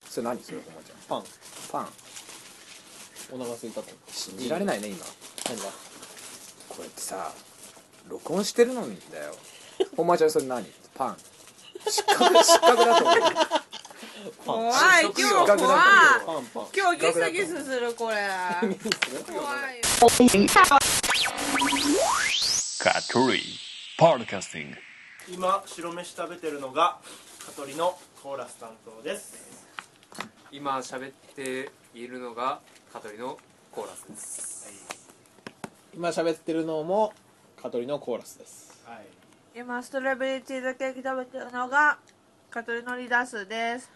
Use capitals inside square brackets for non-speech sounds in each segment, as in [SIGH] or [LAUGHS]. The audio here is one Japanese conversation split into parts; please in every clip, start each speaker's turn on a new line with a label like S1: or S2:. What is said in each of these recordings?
S1: それ何それおもちゃ
S2: パン
S1: パン
S2: お腹空いたと
S1: 信じられないいね今
S2: 何だ
S1: これってさ録音してるのにだよお前ちゃんそれ何パン失格失格だと思う
S2: パ
S3: 怖
S2: ン
S3: い今日怖
S1: 失格
S3: い
S1: だと思う
S2: パンパン
S3: 今日ギスギスするこれ怖いよ
S4: Katuri Podcasting.
S5: 今白飯食べてるのが香取のコーラス担当です
S6: 今喋っているのが香取のコーラスです
S2: 今喋ってるのも香取のコーラスです
S5: はい
S3: 今ストロベリーチーズケーキ食べてるのがカトリのリダスです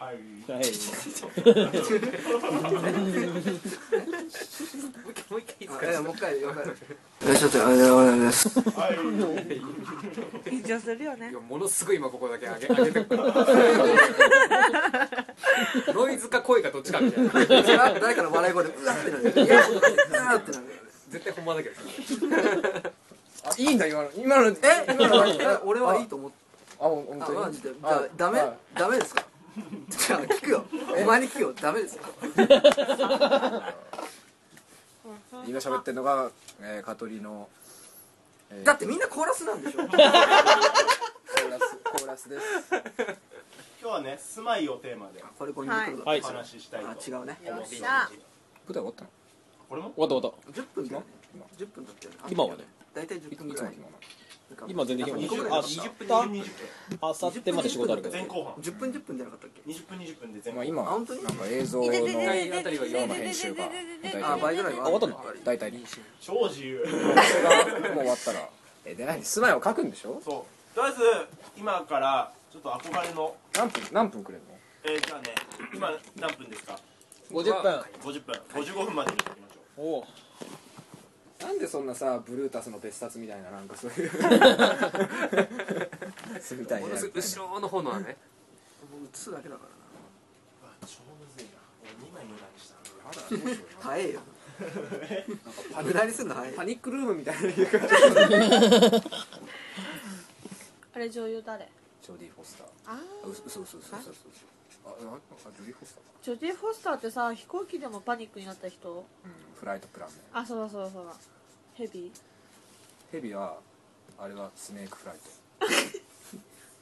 S5: はい
S2: はい
S5: はい
S3: 緊張するよね
S6: いやものすごい今ここだけ [LAUGHS] 上げ上げてくるノイズか声かどっちかみたいな
S7: 誰かの笑い声でうわってなるいやうわってなる
S6: 絶対本番だけど
S1: あいいんだ今の今の
S7: え今のえ俺はいいと思って
S1: あほん本
S7: あ
S1: 当
S7: マ
S1: に
S7: ジでだ
S1: あ
S7: ダメ
S1: あ
S7: ダメですかじゃあ聞くよお前に聞くよダメですよ
S1: 今喋ってるのが、えー、香取の、えー
S7: だってみんなコーラスなんでしょ
S1: コーラスコーラスです
S5: 今日はね住まいをテーマで
S7: これこれ見てくる
S2: はい
S5: お話ししたいと、
S7: あ違うね
S3: よっしゃ
S1: 舞台終わったの
S5: これも
S2: 終わった終わっ
S7: 10分だよね10分だったよね
S2: た今はね
S7: 大体10分
S1: い
S7: ぐ
S1: つ
S7: ら
S1: も
S7: い
S1: 暇なの
S2: 今全然
S7: あ
S2: 聞
S7: 20
S2: こ
S7: 分
S2: えない
S7: ぐら
S2: 明日
S7: いだ
S5: 20分20分
S2: 明後日まで仕事あるけど
S5: 前後半
S7: 10分10分じゃなかったっけ
S5: 20分20分で前
S1: まあ今
S7: あ
S5: 後
S7: 本当に
S1: なんか映像の
S3: ででででで
S6: あたりは
S1: 今の編集が
S7: あ
S1: 大
S7: 倍
S1: 体
S7: ぐらいは
S2: あ終わったの
S1: 大体にそ
S5: 超自由
S1: れがもう終わったらえで何住まいを書くんでしょ
S5: そうとりあえず今からちょっと憧れの
S1: 何分何分くれるの
S5: えー、じゃあね今何分ですか
S2: 50分
S5: 50分55分までにしておきましょ
S2: おお
S1: なんでそんなさブルータスの別冊みたいななんかそういう住みたい
S6: も
S1: ね
S6: のすごい後ろの方のはね
S7: もう映すだけだから
S5: ううわ超むずいな俺2枚無駄にした
S7: な早えよ無駄にすんの早い
S1: パニックルームみたいな言うから
S3: あれ女優誰
S1: ジョディ・フォスター
S3: あ
S1: あ嘘嘘嘘嘘嘘嘘あああジョディ・フォスターだ
S3: ジョディ・フォスターってさ飛行機でもパニックになった人
S1: うんフライトプランね
S3: あそうだそうだそうだヘビ
S1: ヘビはあれはスネークフライト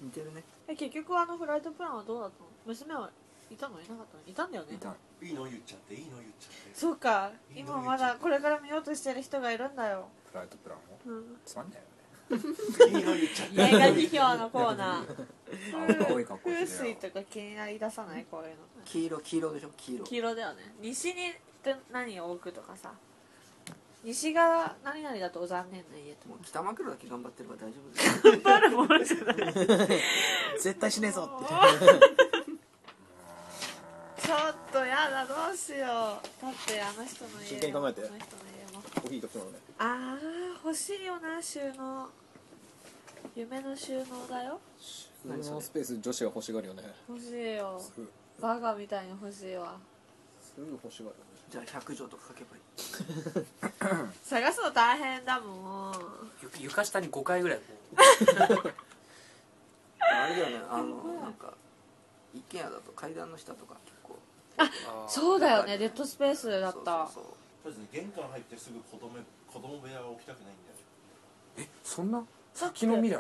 S7: 似てるね
S3: え結局あのフライトプランはどうだったの娘はいたのいなかったのいたんだよね
S1: いたん
S5: いいの言っちゃっていいの言っちゃって
S3: そうか今まだこれから見ようとしてる人がいるんだよ、
S1: フライトプランも
S3: うん、
S1: つまんないよ
S5: [LAUGHS] いいの言っちゃって
S3: 映画批評のコーナ
S1: ね青い青い
S3: ー
S1: 格好
S3: 風
S1: して
S3: 水
S1: る
S3: とか気になりださないこういうの
S7: 黄色黄色でしょ黄色
S3: 黄色だよね西に何を置くとかさ西が何々だと残念な家と
S7: も
S3: か
S7: う北枕だけ頑張ってれば大丈夫だよ [LAUGHS]
S3: あるものじゃない
S7: 絶対しねえぞって
S3: ちょっとやだどうしようだってあの人の家
S2: 真剣に考えて
S3: あの人の家も
S2: コーヒーとつまむね
S3: あー欲しいよな収納夢の収納だよ
S7: 何そ
S2: この
S7: れ
S2: スペース女子が欲しがるよね
S3: 欲しいよ
S1: ぐ
S3: バカみたいに欲しいわ
S2: すぐ欲しがる
S7: じゃあ100畳とか書けばいい
S3: 探すの大変だもん
S6: ゆ床下に5回ぐらいこう
S7: あれだよねあのなんか一軒家だと階段の下とか結構
S6: あー
S3: そうだよねデッドスペースだっ
S7: そう
S3: た
S7: そうそう
S5: とりあえずね玄関入ってすぐ子供子供部屋は置きたくないんだよ
S1: そんな先の未来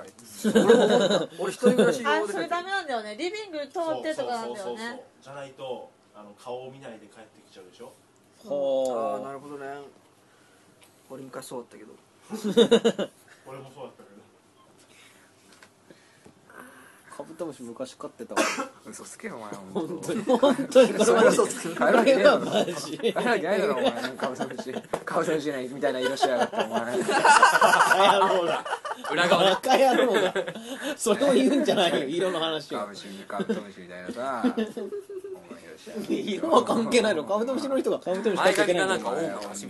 S7: 俺一人暮らし用
S3: あ
S7: で
S3: それダメなんだよねリビング通ってとかなんだよ
S5: そうそうそうそう
S3: ね
S5: じゃないとあの顔を見ないで帰ってきちゃうでしょ
S7: ああな
S2: は
S7: るほどね俺昔そうだったけど
S5: 俺もそうだったけど
S2: あカブトムシ昔飼ってたわ
S1: 嘘つけよお前本当に
S2: 本当にこれマジ
S7: そうそう
S1: 帰らなきゃいけない
S2: マジ
S1: 帰らなきゃいけないだろお前カブトムシカブトムシじゃないみたいな色しやがってお前
S2: 赤野郎だ
S6: 裏側で
S2: 赤野郎だそれを言うんじゃないよ色の話
S1: カ
S2: を
S1: ブシカブトムシみたいなさ
S2: [LAUGHS]
S1: お前色しやがって
S2: 色は関係ないのカブトムシの人がカブトムシ飼っちゃいけない
S6: 前
S2: の
S6: 髪がなんか
S1: お前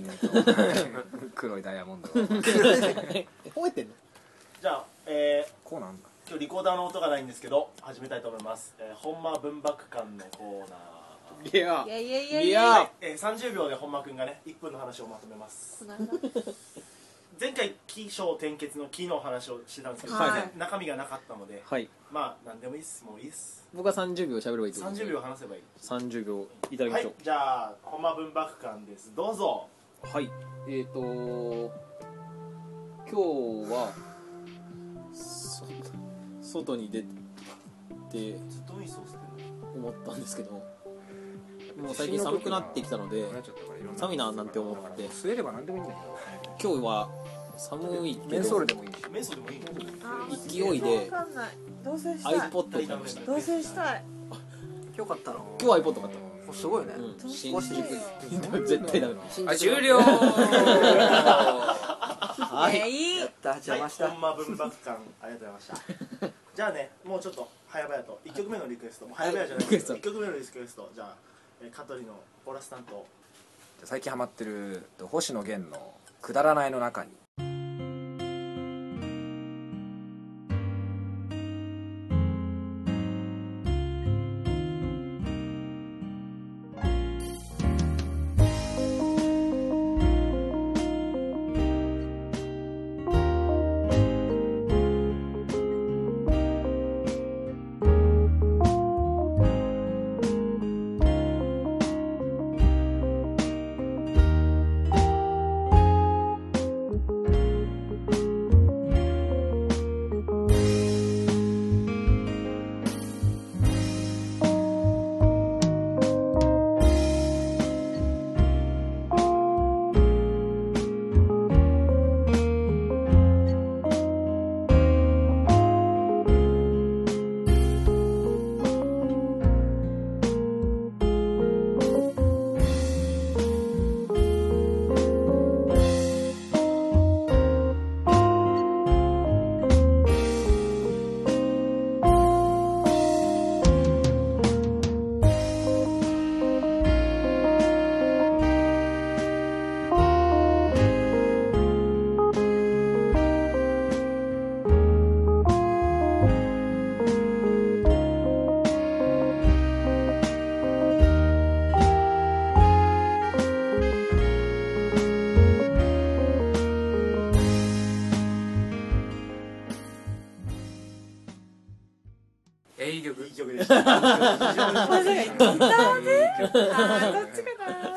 S1: 黒いダイヤモンドが
S2: 覚えてんの
S5: じゃあ、えー
S1: こうなんだ
S5: 今日リコーダーの音がないんですけど始めたいと思います、えー、本間文博館のコーナ
S2: いや
S3: いやいやいや
S2: い
S3: いや
S2: や
S5: ー、えー、30秒で本間くんがね1分の話をまとめます
S3: この間
S5: 前回起承転結の木の話をしてたんですけど、
S3: はい
S5: 全然中身がなかったので
S2: はい
S5: まあ何でもいいっすもういいっす
S2: 僕は30秒喋ればいいってことですね
S5: 30秒話せばいい
S2: 30秒いただきま
S5: は
S2: しょ
S5: いじゃあ本間文博館ですどうぞ
S2: うはい、えっ、ー、と今日はそ外に出てって
S5: ずっとミソース
S2: 思ったんですけどもう最近寒くなってきたので寒いななんて思って
S1: 吸えれば何でもいいんだけど
S2: 今日は寒い
S1: メ
S2: け
S1: ンソール
S2: ど
S1: でもいいし
S5: メソでもいい
S3: あー
S2: 勢いで
S3: わかんない同棲したい
S2: iPod になりました
S3: 同棲したい
S7: よかったの
S2: 今日 iPod 買っ
S7: おすごいね、
S2: た、うん、
S3: 同棲
S2: 信
S3: し
S2: じ
S3: たい
S2: て
S3: よ
S2: 絶対ダメ
S7: 信
S6: あ
S7: じて
S6: 終了
S2: はい
S3: えーいい
S7: やった邪魔した、
S5: はい、本間文博館ありがとうござい
S2: [LAUGHS]
S5: ましたじゃあねもうちょっと早々と1曲目のリクエストもう早々じゃない
S2: はいリクエ
S5: で
S2: ス
S5: す
S2: ト
S5: 1曲目のリクエストじゃあえー香取のオラスタント
S1: 最近ハマってる星野源の「くだらないの中に」
S6: 営業
S5: いい曲でした
S3: まさかギターであーどっちか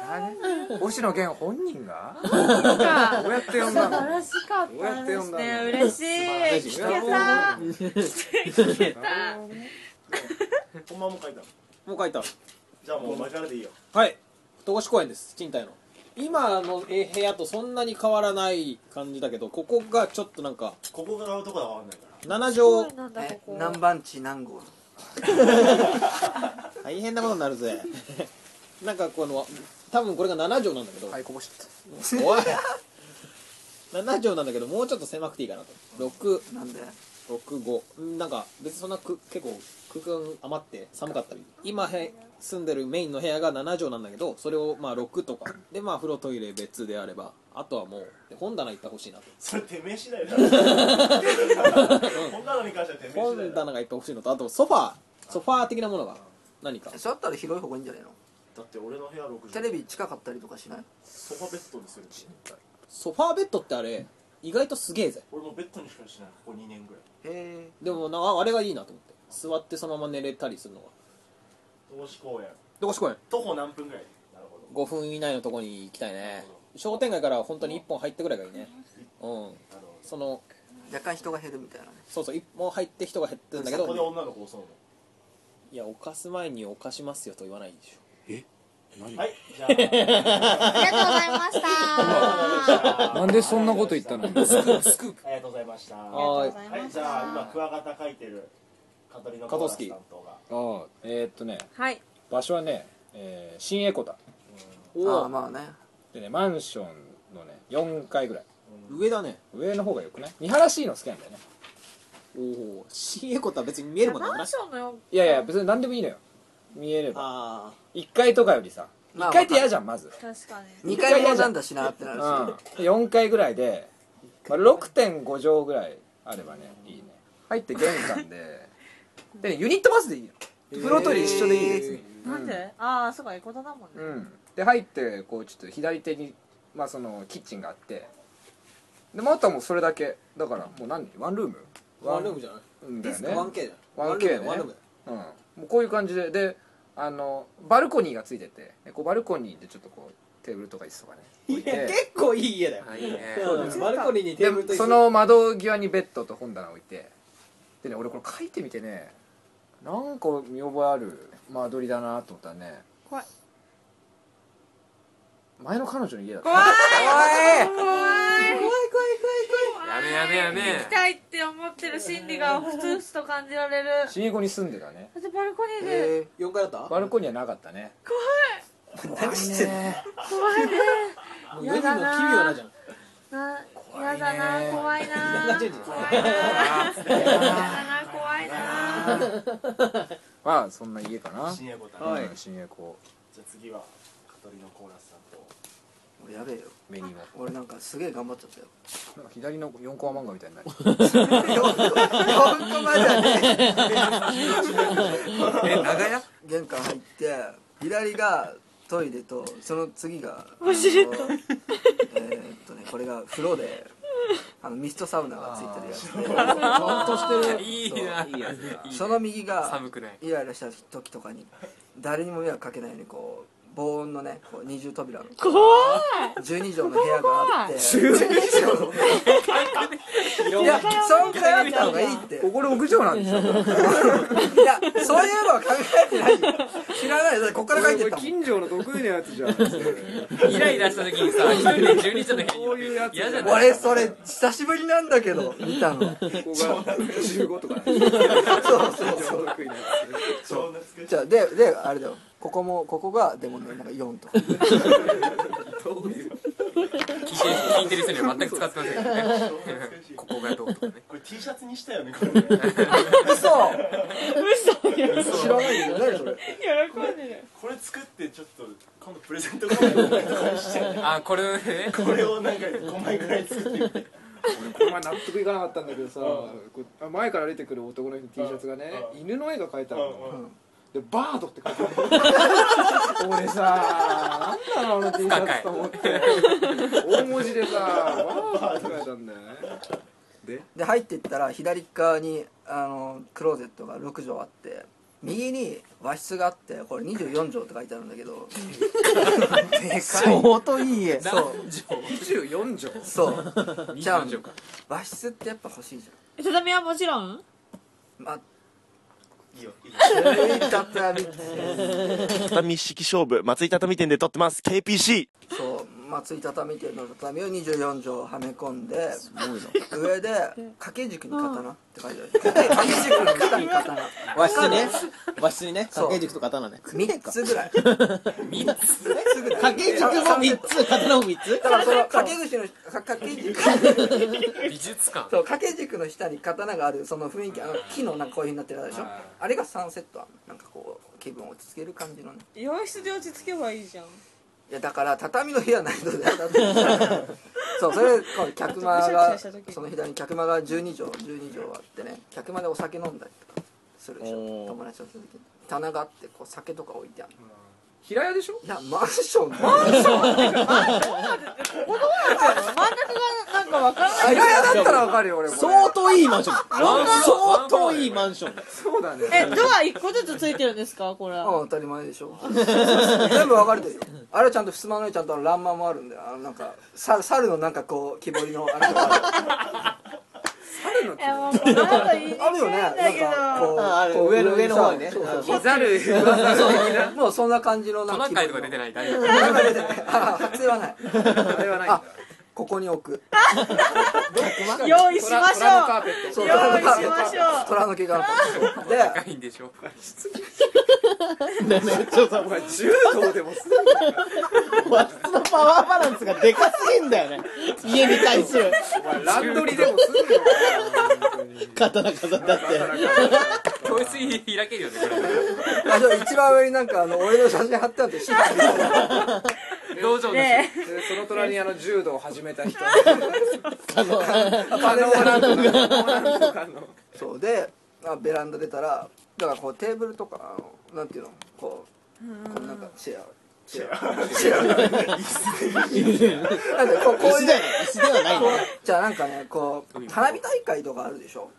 S1: あれ星野源本人が
S3: な
S1: どうやって呼
S3: 素
S1: んだ
S3: 晴ら
S1: の
S3: しかっ
S1: どうや
S3: た
S1: って
S3: で
S1: 呼
S3: す
S1: んだ
S3: ね
S1: の
S3: 嬉しい
S1: 素
S3: 聞
S1: 晴らしい
S3: けた聞け
S1: な
S3: た
S1: るほどね
S5: 本間も書いたの
S2: もう書いた
S5: じゃあもう前からでいいよ
S2: はい戸越公園です賃貸の今のえ部屋とそんなに変わらない感じだけどここがちょっとなんか
S5: ここがどこだかわかんないから
S2: 7畳
S3: なんだ
S7: え
S3: ここ
S7: 何番地何号
S2: 大変なことになるぜ [LAUGHS] なんかこの多分これが7畳なんだけど、
S1: はいこぼしちゃっ
S2: おい7畳なんだけどもうちょっと狭くていいかなと
S7: のなんで
S2: 665なんか別にそんなく結構空間余って寒かったり今へ住んでるメインの部屋が7畳なんだけどそれをまあ6とかでまあ風呂トイレ別であればあとはもうで本棚行ってほしいなと
S5: それてめえ次第だよ本棚に関してはてめえ次
S2: 本
S5: 第だよ
S2: 棚がいっぱい欲しいのとあとソファーソファー的なものが何か
S7: そうだったら広い方がいいんじゃないの
S5: だって俺の部屋6
S7: テ
S5: 畳
S7: レビ近かったりとかしない
S5: ソファベッドにするし
S2: ソファーベッドってあれ意外とすげえぜ
S5: 俺もベッドにしかしないここ2年ぐらい
S7: へ
S2: でもなんかあれがいいなと思って座ってそのまま寝れたりするのが
S5: 投資公園
S2: どこしこい
S5: 徒歩何分ぐらいなるほど
S2: 5分以内のとこに行きたいね商店街から本当に1本入ったぐらいがいいねうん
S5: なるほ
S2: その
S7: え若干人が減るみたいなね
S2: そうそう1本入って人が減ってるんだけ
S5: どここで
S2: ど
S5: 女の子を襲うの
S2: いや犯す前に犯しますよと言わないでしょ
S5: はい、じゃ
S2: [LAUGHS]
S5: あ
S3: ありがとうございましたあ
S1: た [LAUGHS] [LAUGHS] なんでそんなこと言ったの今
S5: ありがとうございました。
S3: りが
S5: は
S3: とうございま
S5: い、
S3: し
S5: じゃあ今
S3: た
S5: クワガタ描いてるカトリのコーラス担当が。
S1: ああえーっとね
S3: はい
S1: 場所はね、えー新エコタ
S7: あ
S2: お
S7: あ
S2: お、
S7: まあね
S1: でねマンションのね4階ぐらい
S2: 上だね
S1: 上の方がよくね見晴らしいの好きなんだよね
S2: おお新エコタ別に見えるもんだ
S3: マ
S2: な
S3: ンションのよ
S1: いやいや別に何でもいいのよ見えれば
S2: あ
S1: 1階とかよりさ
S7: まあ
S1: 1階って嫌じゃんまず
S3: 確かに
S7: 2階もなんだしなってな
S1: う
S7: る
S1: ん
S7: し、
S1: 4階ぐらいで、まあ、6.5畳ぐらいあればねいいね入って玄関で [LAUGHS] でねユニットバスでいいよ風呂トイレ一緒でいいですね
S3: なんでああそうかエコタだもん
S1: う
S3: ね
S1: んで入ってこうちょっと左手にまあそのキッチンがあってでまたもうそれだけだからもう何ワンルーム
S2: ワンルームじゃない
S1: うんだ
S2: デ
S1: よ
S2: ィスク
S1: ね
S2: 1K じゃない
S1: 1K ね
S2: ワンルーム
S1: うん、もうこういう感じでであのバルコニーがついててでこうバルコニーでちょっとこうテーブルとか椅子とかね置い
S2: いや
S1: て
S2: 結構いい家だよ
S6: あいいね
S2: うんバルコニーにテーブルと
S1: でその窓際にベッドと本棚置いてでね俺これ書いてみてねなんか見覚えある間取りだなと思ったらね
S3: 怖い
S1: 前の彼女の家だった
S3: 怖い
S1: おい
S3: 怖い
S2: 怖い怖い
S6: やめやめや
S3: 行
S6: め
S3: きたいって思ってる心理がふつふつと感じられる
S1: シーゴに住んでたね
S3: だってバルコニーで、
S7: え
S2: 怖い4階だった
S1: バルコニーはなかったね
S2: 何してんの
S3: 怖いね
S2: もう世にも奇妙なじゃん
S3: な
S1: 怖いね
S3: やだな怖いな
S2: 嫌な
S3: 怖
S2: ジェ
S3: い
S2: ンジ
S3: なやだな怖いな
S1: まあそんな家かな
S5: 深夜ごた
S2: はい
S1: うん新栄光
S5: じゃあ次はカトリのコーラスさんと
S7: ー俺やべえよ
S1: メニューも
S7: 俺なんかすげえ頑張っちゃったよ
S1: なんか左の4コマ漫画みたいになる [LAUGHS]
S7: 4コマじゃねえ
S6: え長屋
S7: 玄関入って左がトイレとその次が
S3: 面白い
S7: あのえーっとねこれが風呂であのミストサウナがついてるや
S2: ちゃんとしてる
S6: いいない
S1: いやつだ
S7: つその右が
S6: 寒くない
S7: イライラした時とかに誰にも迷惑かけないようにこう防音のねこう二重扉の
S3: 怖い
S7: 12畳の部屋があって
S1: 12
S7: いやそんくらいあった方がいいって
S1: ここの屋上なんでし [LAUGHS] ょ
S7: いやそういうのは考えてないよ知らないよだってこっから帰ってったもん
S1: 近所の得意なやつじゃん
S6: イライラした時にさ一人で12時の
S1: こう
S6: 部
S1: いうやつ
S6: 嫌じゃない
S7: 俺それ久しぶりなんだけど見たの
S1: ここが15とか
S7: そうそうそう
S1: 得意なや
S5: 超懐かしい
S7: じゃあでであれだよここもここがでもねなんか4とか
S6: 聞いてる聞いてる人には全く使ってませんから
S1: [LAUGHS]
S6: ね
S5: 超懐かしい
S6: ここがどうとかね
S5: これ T シャツにしたよねこれね
S7: 嘘
S3: 嘘喜んで
S7: 知らないよ何それ
S3: る
S5: これ作ってちょっと今度プレゼントコーナーとかにして
S6: あこれね
S5: これをなんか5枚ぐらい作ってみて
S1: 俺この前納得いかなかったんだけどさこう前から出てくる男の人の T シャツがね犬の絵が描いてあるのでバードって書いてある [LAUGHS] 俺さなんだろうあの T シャツと思って大文字でさバードって書いてあるんだよねで
S7: で入っていったら左側にあのクローゼットが6畳あって右に和室があってこれ24畳って書いてあるんだけどでかい [LAUGHS] 相当いい家そう
S1: 24畳
S7: [LAUGHS] そうじゃあ
S6: 24畳か
S7: 和室ってやっぱ欲しいじ
S3: 畳はもちろん
S7: ゃんまあ
S5: いいよいいよ [LAUGHS]
S7: 畳
S8: 畳式勝負松井畳店で撮ってます KPC
S7: そう松井畳店の畳を24畳はめ込んで上で掛け軸に刀って書いてある掛け軸の下に刀
S2: 和室ね和室にね掛け軸と刀ね
S7: 3つぐらい
S6: 3つ
S2: 掛け軸も3つ刀も3つ
S7: だからその掛け口の掛け
S6: 美
S7: 軸
S6: 術館
S7: そう掛け軸の下に刀があるその雰囲気あの木のなんかこういうふうになってるやつでしょあれがサンセットあんのなんかこう気分を落ち着ける感じのね
S3: 洋室で落ち着けばいいじゃん
S7: いやだから畳の部屋ないのでそうそれでこう客間
S3: ちょっと
S7: が
S3: シャキシャキした時に
S7: その左に客間が12畳12畳あってね客間でお酒飲んだりとかするでしょ
S2: おー
S7: 友達とする時に棚があってこう酒とか置いてある
S1: 平屋でしょ
S7: いやマンションマンション
S3: 真ん中がなんかわからない
S1: 平屋だったらわかるよ俺これ
S2: 相当いいマンション
S6: ワン
S2: 相当いいマンション
S1: そうだね
S3: えドア一個ずつついてるんですかこれ
S7: 当たり前でしょ全部分かれてるよあれはちゃんと襖の上ちゃんと欄間もあるんだよあのなんか猿猿のなんかこう木彫りのあれがある
S1: 猿の
S3: えもうこの後言いにくいん
S7: あるよね
S3: だ
S7: なん
S3: けど
S7: かこう
S2: あある
S7: こう
S2: 上の
S7: に
S2: 上の
S7: さ
S2: 方にね
S7: そうそう
S1: 見ざる
S7: そう [LAUGHS] もうそんな感じのな
S6: ト
S7: んか
S6: ナ
S7: 木彫り
S6: カイ
S7: の
S6: とか出てない大丈夫
S7: ああ初はない
S1: あれはないんだ
S7: ここに置く
S3: 用意しまし
S1: トラのカ
S3: ょ
S1: ーペット
S7: そう
S3: 用意しましょう
S7: 虎の毛があるで
S6: 高いんでしょ
S1: お前柔道でもす
S2: 和室のパワーバランスがでかすぎんだよね家に対する
S1: お前ランドリーでもすんのかよ
S2: 刀飾ってあって
S6: 教室に開けるよねこ
S7: あそう一番上になんかあの俺の写真貼ってあってシ
S6: れ道場の
S3: ね
S1: でその隣にあの柔道を始めた [LAUGHS] 人
S2: あの
S1: 可能なんとかなんとかの
S7: そうであベランダ出たらだからこうテーブルとかあのなんていうのこうこうなんかチェア
S5: 違う
S7: なんかこう
S2: 椅
S7: こう
S2: 子
S7: いう
S2: だよね椅子ではないね
S7: じゃあなんかねこう花火大会とかあるでしょ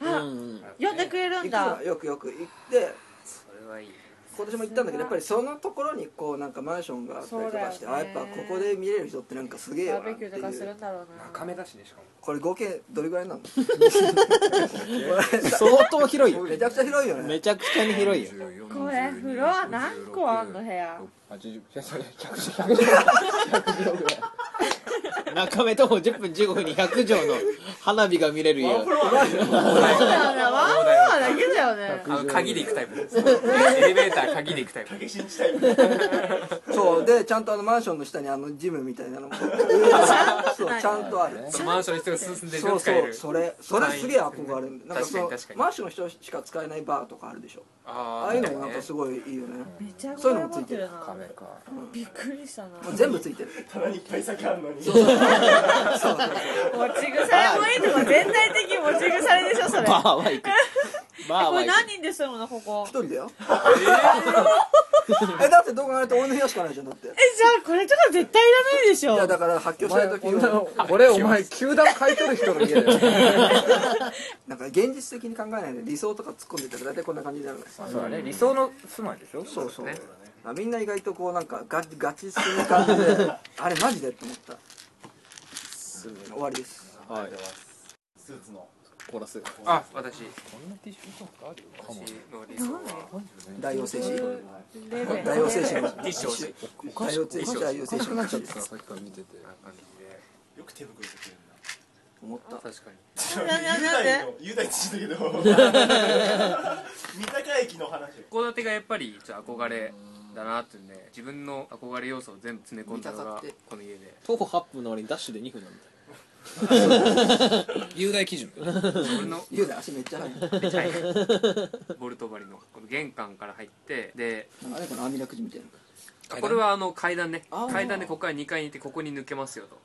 S2: うん
S3: 呼んでくれる
S7: 行
S3: ん
S7: くの
S3: だ
S7: よよくよく行って
S6: それはいい
S7: 今年も行ったんだけどやっぱりそのところにこうなんかマンションがあったりとかして、
S3: そうだ
S7: あ
S3: よ
S7: やっ
S3: ね
S7: ぱここで見れる人ってなんかすげえ
S3: バ
S7: わ
S3: ーベキューとかするんだろう
S1: 中
S3: な
S1: 目だしねしかも
S7: これ合計どれぐらいなの
S2: 相当広いよ
S7: めちゃくちゃ広いよね
S2: めちゃくちゃに広いよ
S3: これフロア何個あんの部屋
S2: 80 100 100ぐらい中目とも10分15分に100畳の花火が見れるよ
S3: そうだよねワンフロアだけだよね
S6: あの鍵で行くタイプですエレベーター鍵で行くタイプ
S5: 激しん [LAUGHS] ちタイプ
S7: そうでちゃんとあのマンションの下にあのジムみたいなのもそうちゃんとある
S6: そのマンションの人が進んでる
S7: そう
S6: の使
S7: そ
S6: え
S7: う
S6: る
S7: それそれすげえ憧れるなんかその
S6: 確かに確かに
S7: マンションの人しか使えないバーとかあるでしょあ
S6: あ
S7: あいうのもなんか
S6: ね
S7: すごいいいよね
S3: めっちゃ
S7: そういう
S3: 憧
S7: の
S3: れ
S7: もつ
S3: 持
S7: い
S3: って
S7: て
S3: る
S7: る
S3: な
S1: 亀か
S3: びっくりしたな
S7: もう全部ついて
S6: [LAUGHS]
S7: る
S5: 棚にいっぱい酒あんのに
S3: 持ち腐れもいいとこ全体的に持ち腐れでしょそれ
S2: バーは行くバー
S3: こ
S2: は
S3: れ
S2: 行
S3: 何人で住むのここ
S7: 一人だよえだってどう考えても俺の部屋しかないじゃんだって
S3: えじゃあこれとか絶対いらないでし
S7: い
S3: ょ
S7: やだから発狂した時は
S1: 俺お前球団買い取る人の家だよ
S7: なんか現実的に考えないで理想とか突っ込んでいったら大体こんな感じになるね
S9: そうだね理想の住まいでしょ
S7: そうそう、
S6: ね
S7: あみんな意外とこうなんかガチガチする感じ [LAUGHS] であれマジでって思った終わりです
S2: くはい
S5: スーツの
S2: コーラス
S6: あ私私の理想は
S7: 大王精神
S3: レベル
S7: 大王精神
S6: ティッシュ欲しい
S7: 大王精神大王精神
S1: さっきから見てて
S6: こんな感じで
S5: よく手袋してくれるな
S7: 思った
S6: 確かに
S3: なんでなんでなんで
S5: 雄大って言うんだけど三鷹駅の話
S6: 函館がやっぱりちょっと憧れだなっていうんで自分の憧れ要素を全部詰め込んだの
S7: 見たかっ
S6: が
S7: て
S6: この家で
S2: 徒歩8分の割にダッシュで2分なんだよ
S9: 雄大基準
S6: 俺の
S7: 言うな足めっちゃ入る
S6: でかいボルト張りのこの玄関から入ってで
S7: あれこの網楽くじみたいな
S9: 段
S6: これはあの階段ね
S7: あー
S6: 階段でここから2階に行ってここに抜けますよと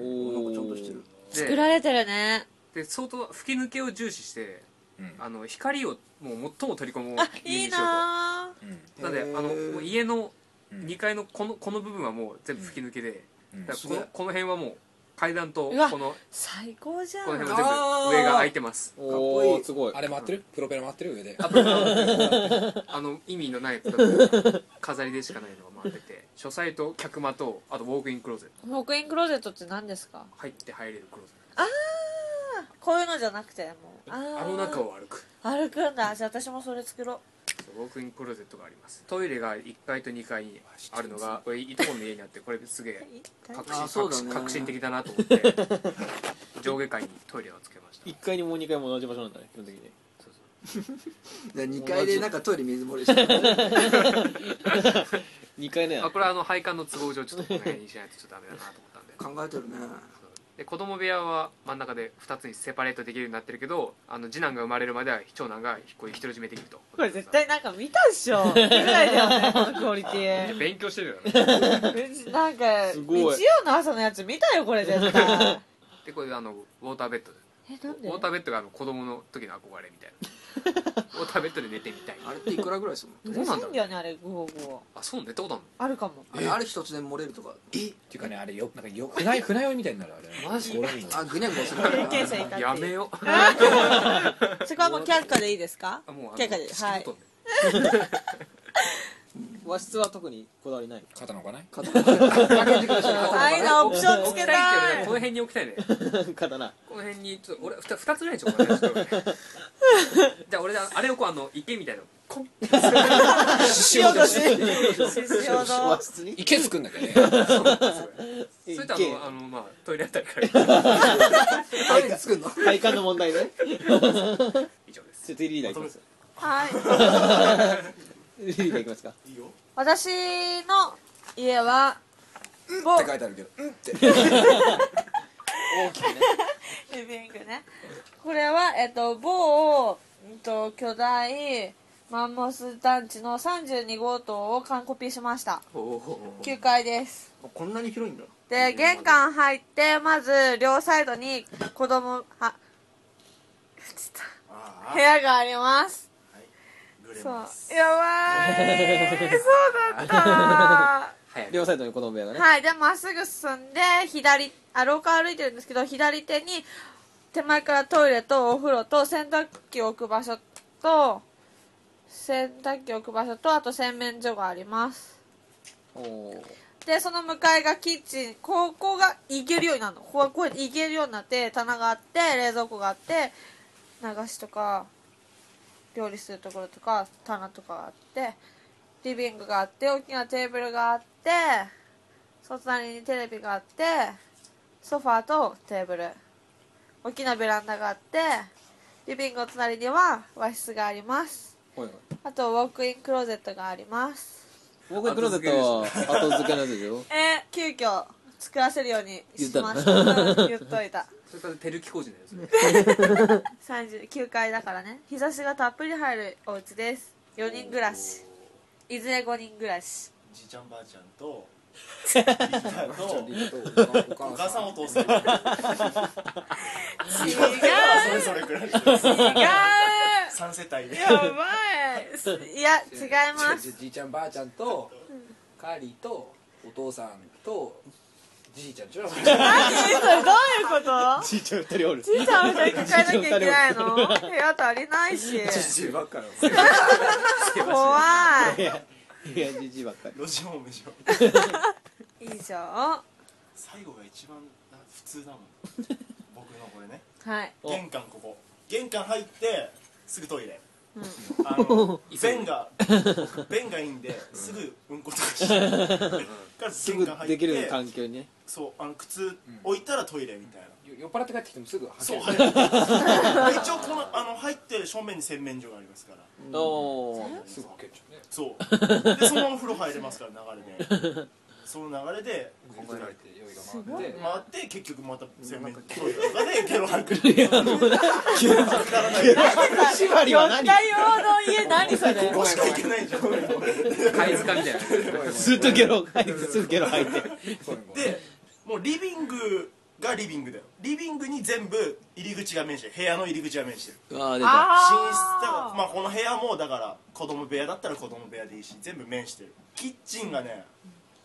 S7: なん
S2: お
S7: かちゃん
S2: ー
S7: としてる
S3: 作
S6: で
S3: られてるね
S6: で相当吹き抜けを重視して
S9: うん
S6: あの光をもう最も取り込む
S3: あ
S6: 家に
S3: いい
S6: しようと
S3: な
S6: なので
S7: へー
S6: あのもう家の
S9: うん
S6: 2階のこのこの部分はもう全部吹き抜けで、
S9: うん
S6: だから
S7: す
S6: こ
S7: げ
S6: の
S7: え
S6: この辺はもう階段とこ
S3: うわ
S6: の
S3: 最高じゃん
S6: この辺
S3: あ
S6: は全部上が空いてます
S2: お
S7: こいい
S2: ーすごい
S9: あれ回ってるプロペラ回ってる上で
S6: あの意味のない飾りでしかないのが回ってて書斎と客間とあとウォークインクローゼット
S3: ウォークインクローゼットって何ですか
S6: 入って入れるクローゼ
S3: こういうのじゃなくてもうあ
S6: ッ
S3: ー
S6: トあの中を歩く
S3: 歩くんだじゃあ私もそれ作ろう
S6: そうウォークインクローゼットがありますトイレが1階と2階にあるのがこれいとこの家にあってこれすげえ革
S7: あそ
S6: 新
S7: うだね
S6: 革新的だなと思って上下階にトイレをつけました
S2: 1階にも2階も同じ場所なんだね基本的に
S7: で2階でなんかトイレ水漏れしてる
S2: 2階ね
S6: あこれはあの配管の都合上ちょっとこの辺にしないとちょっとダメだなと思ったんで
S7: 考えてるね
S6: で子供部屋は真ん中で2つにセパレートできるようになってるけどあの次男が生まれるまでは長男がこう独り占めできると
S3: これ絶対なんか見たっしょ見てぐらいだよねこのクオリテ
S6: 勉強してるよね
S3: ィなんか
S2: す
S3: 日
S2: ごい
S3: 曜の朝のやつ見たよこれ絶対
S6: [LAUGHS] でこれあのウォーターベッドで
S3: [LAUGHS] えなんで
S6: ウォーターベッドがあの子供の時の憧れみたいなウォーターベッドで寝てみたい
S7: あれっていくらぐらいする
S6: どうなんだ
S3: 嬉しいん
S6: ろう
S3: だよねあれゴーゴ
S6: あそう寝たこと
S3: ーあるかも
S7: のあれある日突然漏れるとか
S9: っていうかねあれよなんかよ船酔船酔いみたいになるあれ
S6: マジ
S9: ゴロリン
S7: あぐにゃぐにゃする
S3: 経験者いたっ
S6: あ
S3: てい
S6: るのや
S3: う
S6: めよう
S3: そこはもう却下でいいですか
S6: あもうあ
S3: 却下では
S6: の
S3: い
S6: と
S2: 和室は特にこだわりない
S9: 肩のかない
S7: [LAUGHS]
S3: あいいなオプションつ
S6: 置き
S3: け
S6: た
S3: たい
S6: いけどねこの辺に置きたいね
S2: 肩な
S6: この辺にちょっと俺ふた2つぐらいにしよう
S3: [LAUGHS]
S6: かなちょっとじゃあ俺ああれをこうあの池みたいなの
S3: [LAUGHS]
S6: コンって
S3: しようとししようと
S2: 和室に
S9: 池作んなき [LAUGHS] ゃね
S6: それとあ
S2: 池
S6: のあの、まあ、トイレあたりから
S7: トイレ作るの
S2: 体幹の問題ね
S6: 以上です
S2: ちょっとリーダーいきます
S3: はい
S2: リーダーいきますか
S3: 私の家は某
S9: 書いてあるけど
S3: リビングねこれは、えっと、某、うんと、巨大マンモス団地の32号棟を完コピーしました
S6: おお
S3: 9階です
S7: こんなに広いんだ
S3: で玄関入ってまず両サイドに子供は
S5: あ
S3: 部屋があります
S5: あれ
S3: そう
S5: ます
S3: や
S5: [LAUGHS]
S3: ばいそうだっ
S6: 早く
S2: 両サイドに子供部屋が
S3: た
S2: ね
S3: はいでまっすぐ進んで左あ廊下歩いてるんですけど左手に手前からトイレとお風呂と洗濯機を置く場所と洗濯機を置く場所とあと洗面所があります
S2: おー
S3: でその向かいがキッチンここが行けるようになるのここがこうやって行けるようになって棚があって冷蔵庫があって流しとか料理するところとか棚とかがあってリビングがあって大きなテーブルがあってその隣にテレビがあってソファーとテーブル大きなベランダがあってリビングの隣には和室があります
S2: おいおい
S3: あとウォークインクローゼットがあります
S2: 僕にクローゼットは後付けのやつでしょ
S3: えー、急遽作らせるようにしました
S2: 言った
S3: うん言っといた
S6: それから手抜き工事のやつね
S3: 39階だからね日差しがたっぷり入るお家です4人暮らしいずれ5人暮らし
S5: じいちゃんばあちゃんとリーダーと
S1: お
S5: お
S1: 母さん
S5: 母さんお父さんそ
S3: 違う違う
S5: れぞれ暮らしてま
S2: [LAUGHS]
S5: す三世帯で
S3: やばいすいや違います
S9: じいちゃんばあちゃんとカーリーとお父さんとじいちゃんでしょ
S3: 何それどういうこと
S2: ちいちゃん二人おる
S3: じいちゃんを抱え抱えなきゃいけないの部屋足りないし
S5: じいばっか
S9: [LAUGHS]
S3: 怖
S2: [LAUGHS]
S3: い
S2: いやじじいばっ [LAUGHS] かり
S5: 路地も目白
S3: 以上は
S5: 最後が一番な普通だもん僕のこれね
S3: い
S2: お
S5: 玄関ここ玄関入ってすぐトイレ、
S3: うん
S5: あの便が僕便がいいんですぐうんことかしてから
S2: す
S5: 玄
S2: ぐ
S5: 関入
S2: で
S5: っ
S2: きる
S5: て
S2: 環境にね
S5: そうあの靴置いたらトイレみたいな、
S1: 酔っ払って帰ってきてもすぐ吐け
S5: そう
S1: る
S5: 入って一応このあの入って正面に洗面所がありますから
S2: おお
S1: すぐ吐けちゃうね
S5: そうでそのままお風呂入れますから流
S1: [LAUGHS]
S5: れでその流れで
S1: 考えられて酔いが回って
S5: 回って結局また洗面所トイレとかでゲロ吐くっていう [LAUGHS] くだらない
S2: 縛りは何
S3: 四日用の家何それ
S5: ここしか行けないじゃん
S6: 貝塚みたいな
S2: ずっとゲロ吐いてずっとゲロ吐いて
S5: でもうリビングがリビングだよリビングに全部入り口が面してる部屋の入り口が面してる
S2: ああ出た
S5: 寝室だ
S3: あ
S5: から、
S3: ー
S5: まあ、この部屋もだから子供部屋だったら子供部屋でいいし全部面してるキッチンがね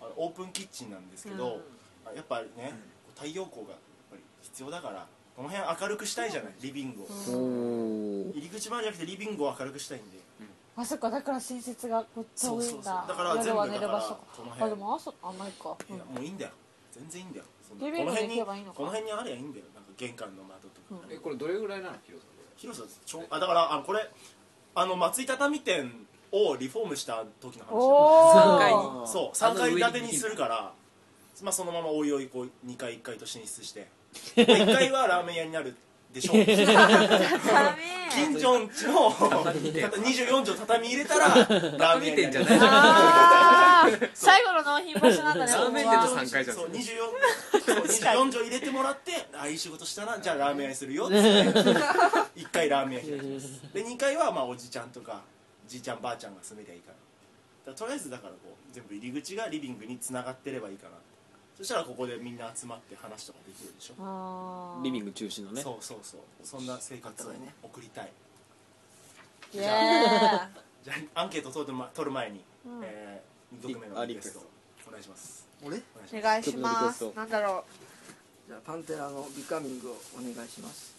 S5: あのオープンキッチンなんですけど、あやっぱりね太陽光がやっぱり必要だからこの辺明るくしたいじゃないリビングを
S2: おお
S5: 入り口までじゃなくてリビングを明るくしたいんで
S3: あそっかだから寝室がこっち多いんだ
S5: だから全
S3: 夜は
S5: 部
S3: 寝
S5: だ
S3: る
S5: か
S3: 場
S5: ら
S3: 所か
S5: この
S3: あ
S5: 辺
S3: でも朝あんまりか、
S5: いやもういいんだよ全然いいんだよそんな
S3: リビ
S5: こ
S3: ング
S5: の
S3: に
S5: 辺
S3: 行け
S5: にこ
S3: ばいいのか
S5: の辺にあればいいんだよなんか玄関の窓とか、
S1: えこれどれぐらいなの広さ
S5: 広さちょあだからあのこれあの松井畳店をリフォームした時の話だ
S3: お
S6: 3階
S3: ー
S6: に
S5: そう3階建てにするからまあそのままおいおいこう2階1階と進出して1階はラーメン屋になるでしょ [LAUGHS] う
S3: 畳
S5: 近所んちの24畳畳入れたらラーメン
S6: 店
S5: 店
S6: じ
S5: じ
S6: ゃ
S5: ゃ
S6: な
S5: ないい
S3: あー最後の納品場所なんだね
S6: ラーメン
S3: ここ
S6: 店の
S3: は
S6: 3階じゃん
S5: そう 24,
S2: [LAUGHS]
S5: そう24畳入れてもらってああいい仕事したなじゃあラーメン屋にする [LAUGHS] よっつって1階ラーメン屋にますで2階はまあおじちゃんとかじいちゃんばあちゃんが住めりゃいいからだからとりあえずだからこう全部入り口がリビングに繋がってればいいかなってそしたらここでみんな集まって話とかできるでしょ、
S3: あー
S2: リビング中心のね
S5: そうそうそうそんな生活をね送りたい
S3: イエ
S5: じゃあアンケート取る,、ま、取る前に、
S3: うん
S5: えー、2曲目の
S2: あ
S5: リ
S2: リ
S5: ク
S2: ク
S5: エ
S2: エ
S5: ス
S2: ス
S5: ト
S2: ト
S5: お願いします
S7: 俺
S5: お願いし
S3: ーイお
S5: ます
S3: 願いしますなんだろ
S7: じゃあパンテラのビカミングをお願いします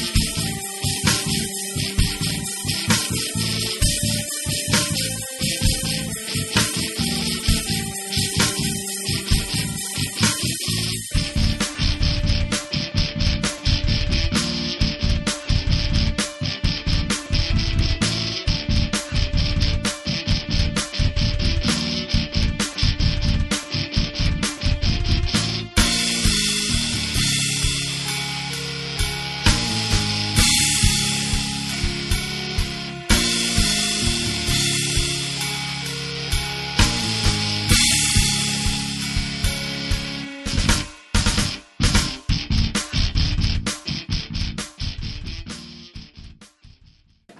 S5: 「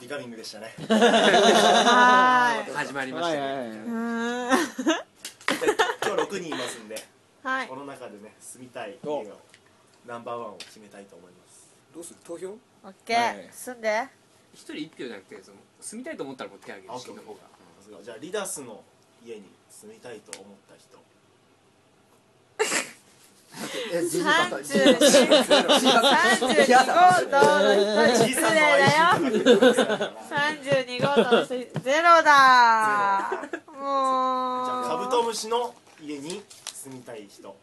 S5: カミング
S2: [LAUGHS]
S5: でしたね
S3: はーい
S6: 始まりまし
S2: はい
S6: たね、
S2: はいはいう
S3: ーん
S5: 今日6人いますんで
S3: はい
S5: この中でね住みたい家をナンバーワンを決めたいと思います
S9: どうする投票
S3: オッケー住んで
S6: 一人一票じゃなくてその住みたいと思ったらもう手挙げる式の方が
S5: さすがじゃあリダスの家に住みたいと思った人
S7: えジジバ
S3: 三
S7: タ
S3: 十三十二号棟の人失礼だよ
S5: よ
S3: 三十二号棟の人ゼロだもう
S5: カブトムシの家に住みたい人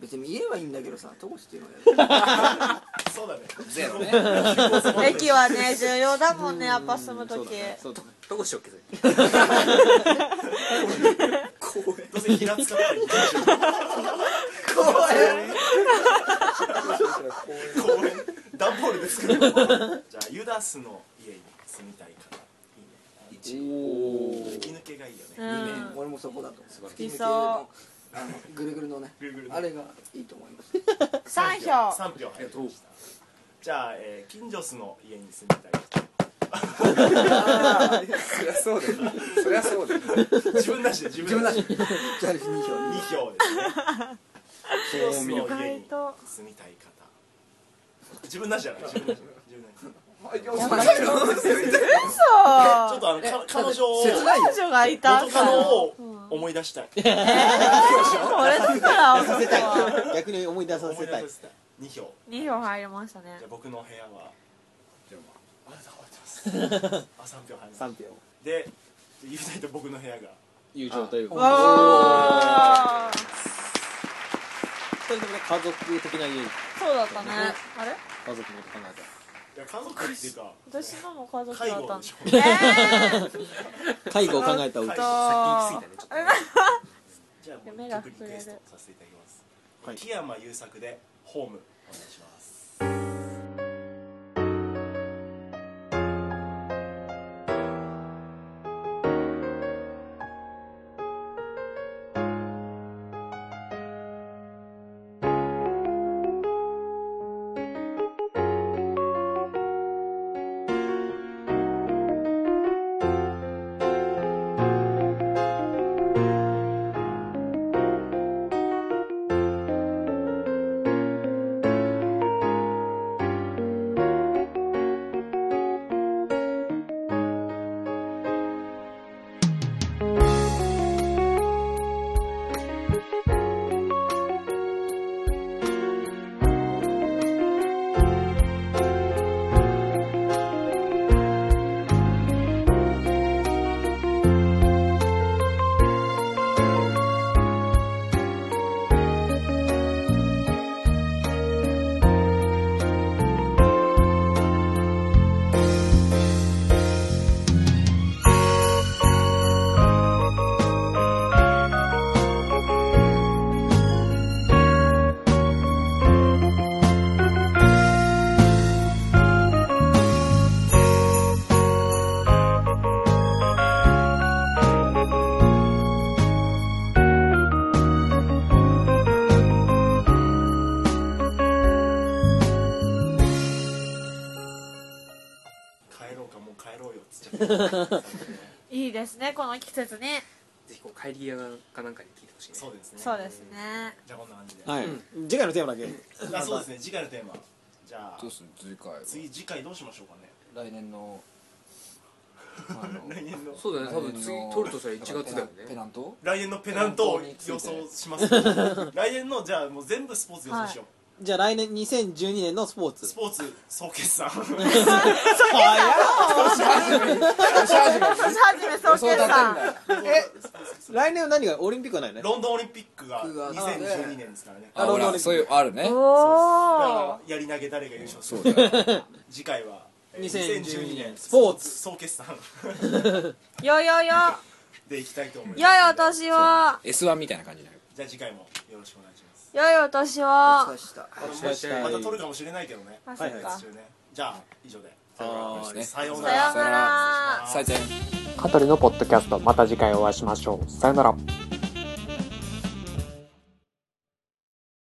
S7: 別に家はいいんだけどさどうしてるのよ
S5: そうだね
S9: ゼロね
S5: [LAUGHS]
S3: 駅はね重要だもんねやっぱ住む時
S2: そうだね
S6: どこしようけど
S5: どうせ平塚とか行ってる
S3: [LAUGHS]
S7: 怖い
S5: 公園段ボールですけどじゃあユダスの家に住みたいからいいね吹き抜けがいいよ
S3: う
S5: ね
S3: ん
S7: 俺もそこだと
S6: 晴ら
S3: しい
S7: 吹き抜けのあのぐるぐるのね
S5: ぐるぐるの
S7: あれがいいと思います
S3: 三票
S5: 三票入りましたじゃあ、えー、近所スの家に住みたい人
S9: そりゃそうだよそりゃそうだよ
S5: 自分なしで自
S7: 自分
S5: 分な
S7: だ
S5: し
S7: し
S5: で
S7: じゃあ2票
S5: 2
S7: に
S5: 票ですね近所スの
S3: 意
S5: 家
S3: 外
S5: に
S3: と
S5: 住みたい方自分なしじゃない自分なし自分なしちょっ
S3: そう
S5: とあのか彼女を
S7: 切ないよ
S3: 彼女がいた
S5: 元
S3: か
S5: カ
S3: ら
S5: ノ
S3: こ
S5: を思い出したい
S3: れだから
S2: さ
S3: 私
S2: せた
S3: はい
S2: 逆に思い出させたい
S5: たい2票
S3: 二票入りましたね
S5: じゃあ僕の部屋はあれだ終わ
S7: [LAUGHS]
S5: ってますあ3票入りました
S2: 3票
S5: で言いたいと僕の部屋が
S2: 友情というか
S3: わあ
S2: それでもね家族的な家家
S3: そうだったねあれ
S2: 族のこと考え
S5: いや家族っていうか
S3: 私のも家族
S5: 介
S3: だっ
S5: 護
S3: たん
S5: で
S3: だ
S5: しょ
S3: えー
S2: たら介護を考えたお家
S3: と
S6: 先行
S5: 介護
S6: き過ぎたね
S5: じゃあもう
S3: 夢が
S5: 曲リ
S3: 膨
S5: ク
S3: れる
S5: エストさせていただきます、
S2: はい
S5: 木山優作でホームお願いします帰ろうかもう帰ろうよっつっちゃった
S3: いいですねこの季節に
S6: ぜひこう帰り際かなんかに聞いてほしいね
S5: そうですね
S3: そうですね
S5: じゃあこんな感じで、
S2: はい次回のテーマだけ
S5: あそうですね次回のテーマじゃあ
S9: どうする次回は
S5: 次次回どうしましょうかね
S9: 来年の [LAUGHS] あの
S5: 来年の
S6: そうだね多分
S9: 来
S6: 次
S9: 年の
S6: 取るとしたら1月だよ
S9: ペ
S6: ね
S9: ナント
S5: 来年のペナントを予想します来年のじゃあもう全部スポーツ予想しよう、
S2: じゃあ来年2012年のスポーツ
S5: スポーツ総決算
S3: 年始め総決算
S2: 来年は何が来年は何がオリンピックはないよね
S5: ロンドンオリンピックが
S7: が
S5: 2012年ですからね
S9: あほらそういうあるね
S3: おお
S5: やり投げ誰が優勝す
S9: そ
S5: る
S9: うだよ
S5: [LAUGHS] 次回はえー
S2: 2012
S5: 2012
S2: 年
S5: 年
S2: スポーツ
S5: 総決算
S3: よよよ
S5: でいきたいと思います
S3: 良いお年を
S9: S1 みたいな感じだよ
S5: じゃあ次回もよろしくお願いします
S3: 良いお年を
S7: 刺した
S2: 願いします
S5: また撮るかもしれないけどね
S3: まさ
S2: はい
S3: か
S5: 途中ねじゃあ以上で
S2: あー
S5: さような
S3: さようなら
S9: さよなら
S2: 香取のポッドキャストまた次回お会いしましょうさよなら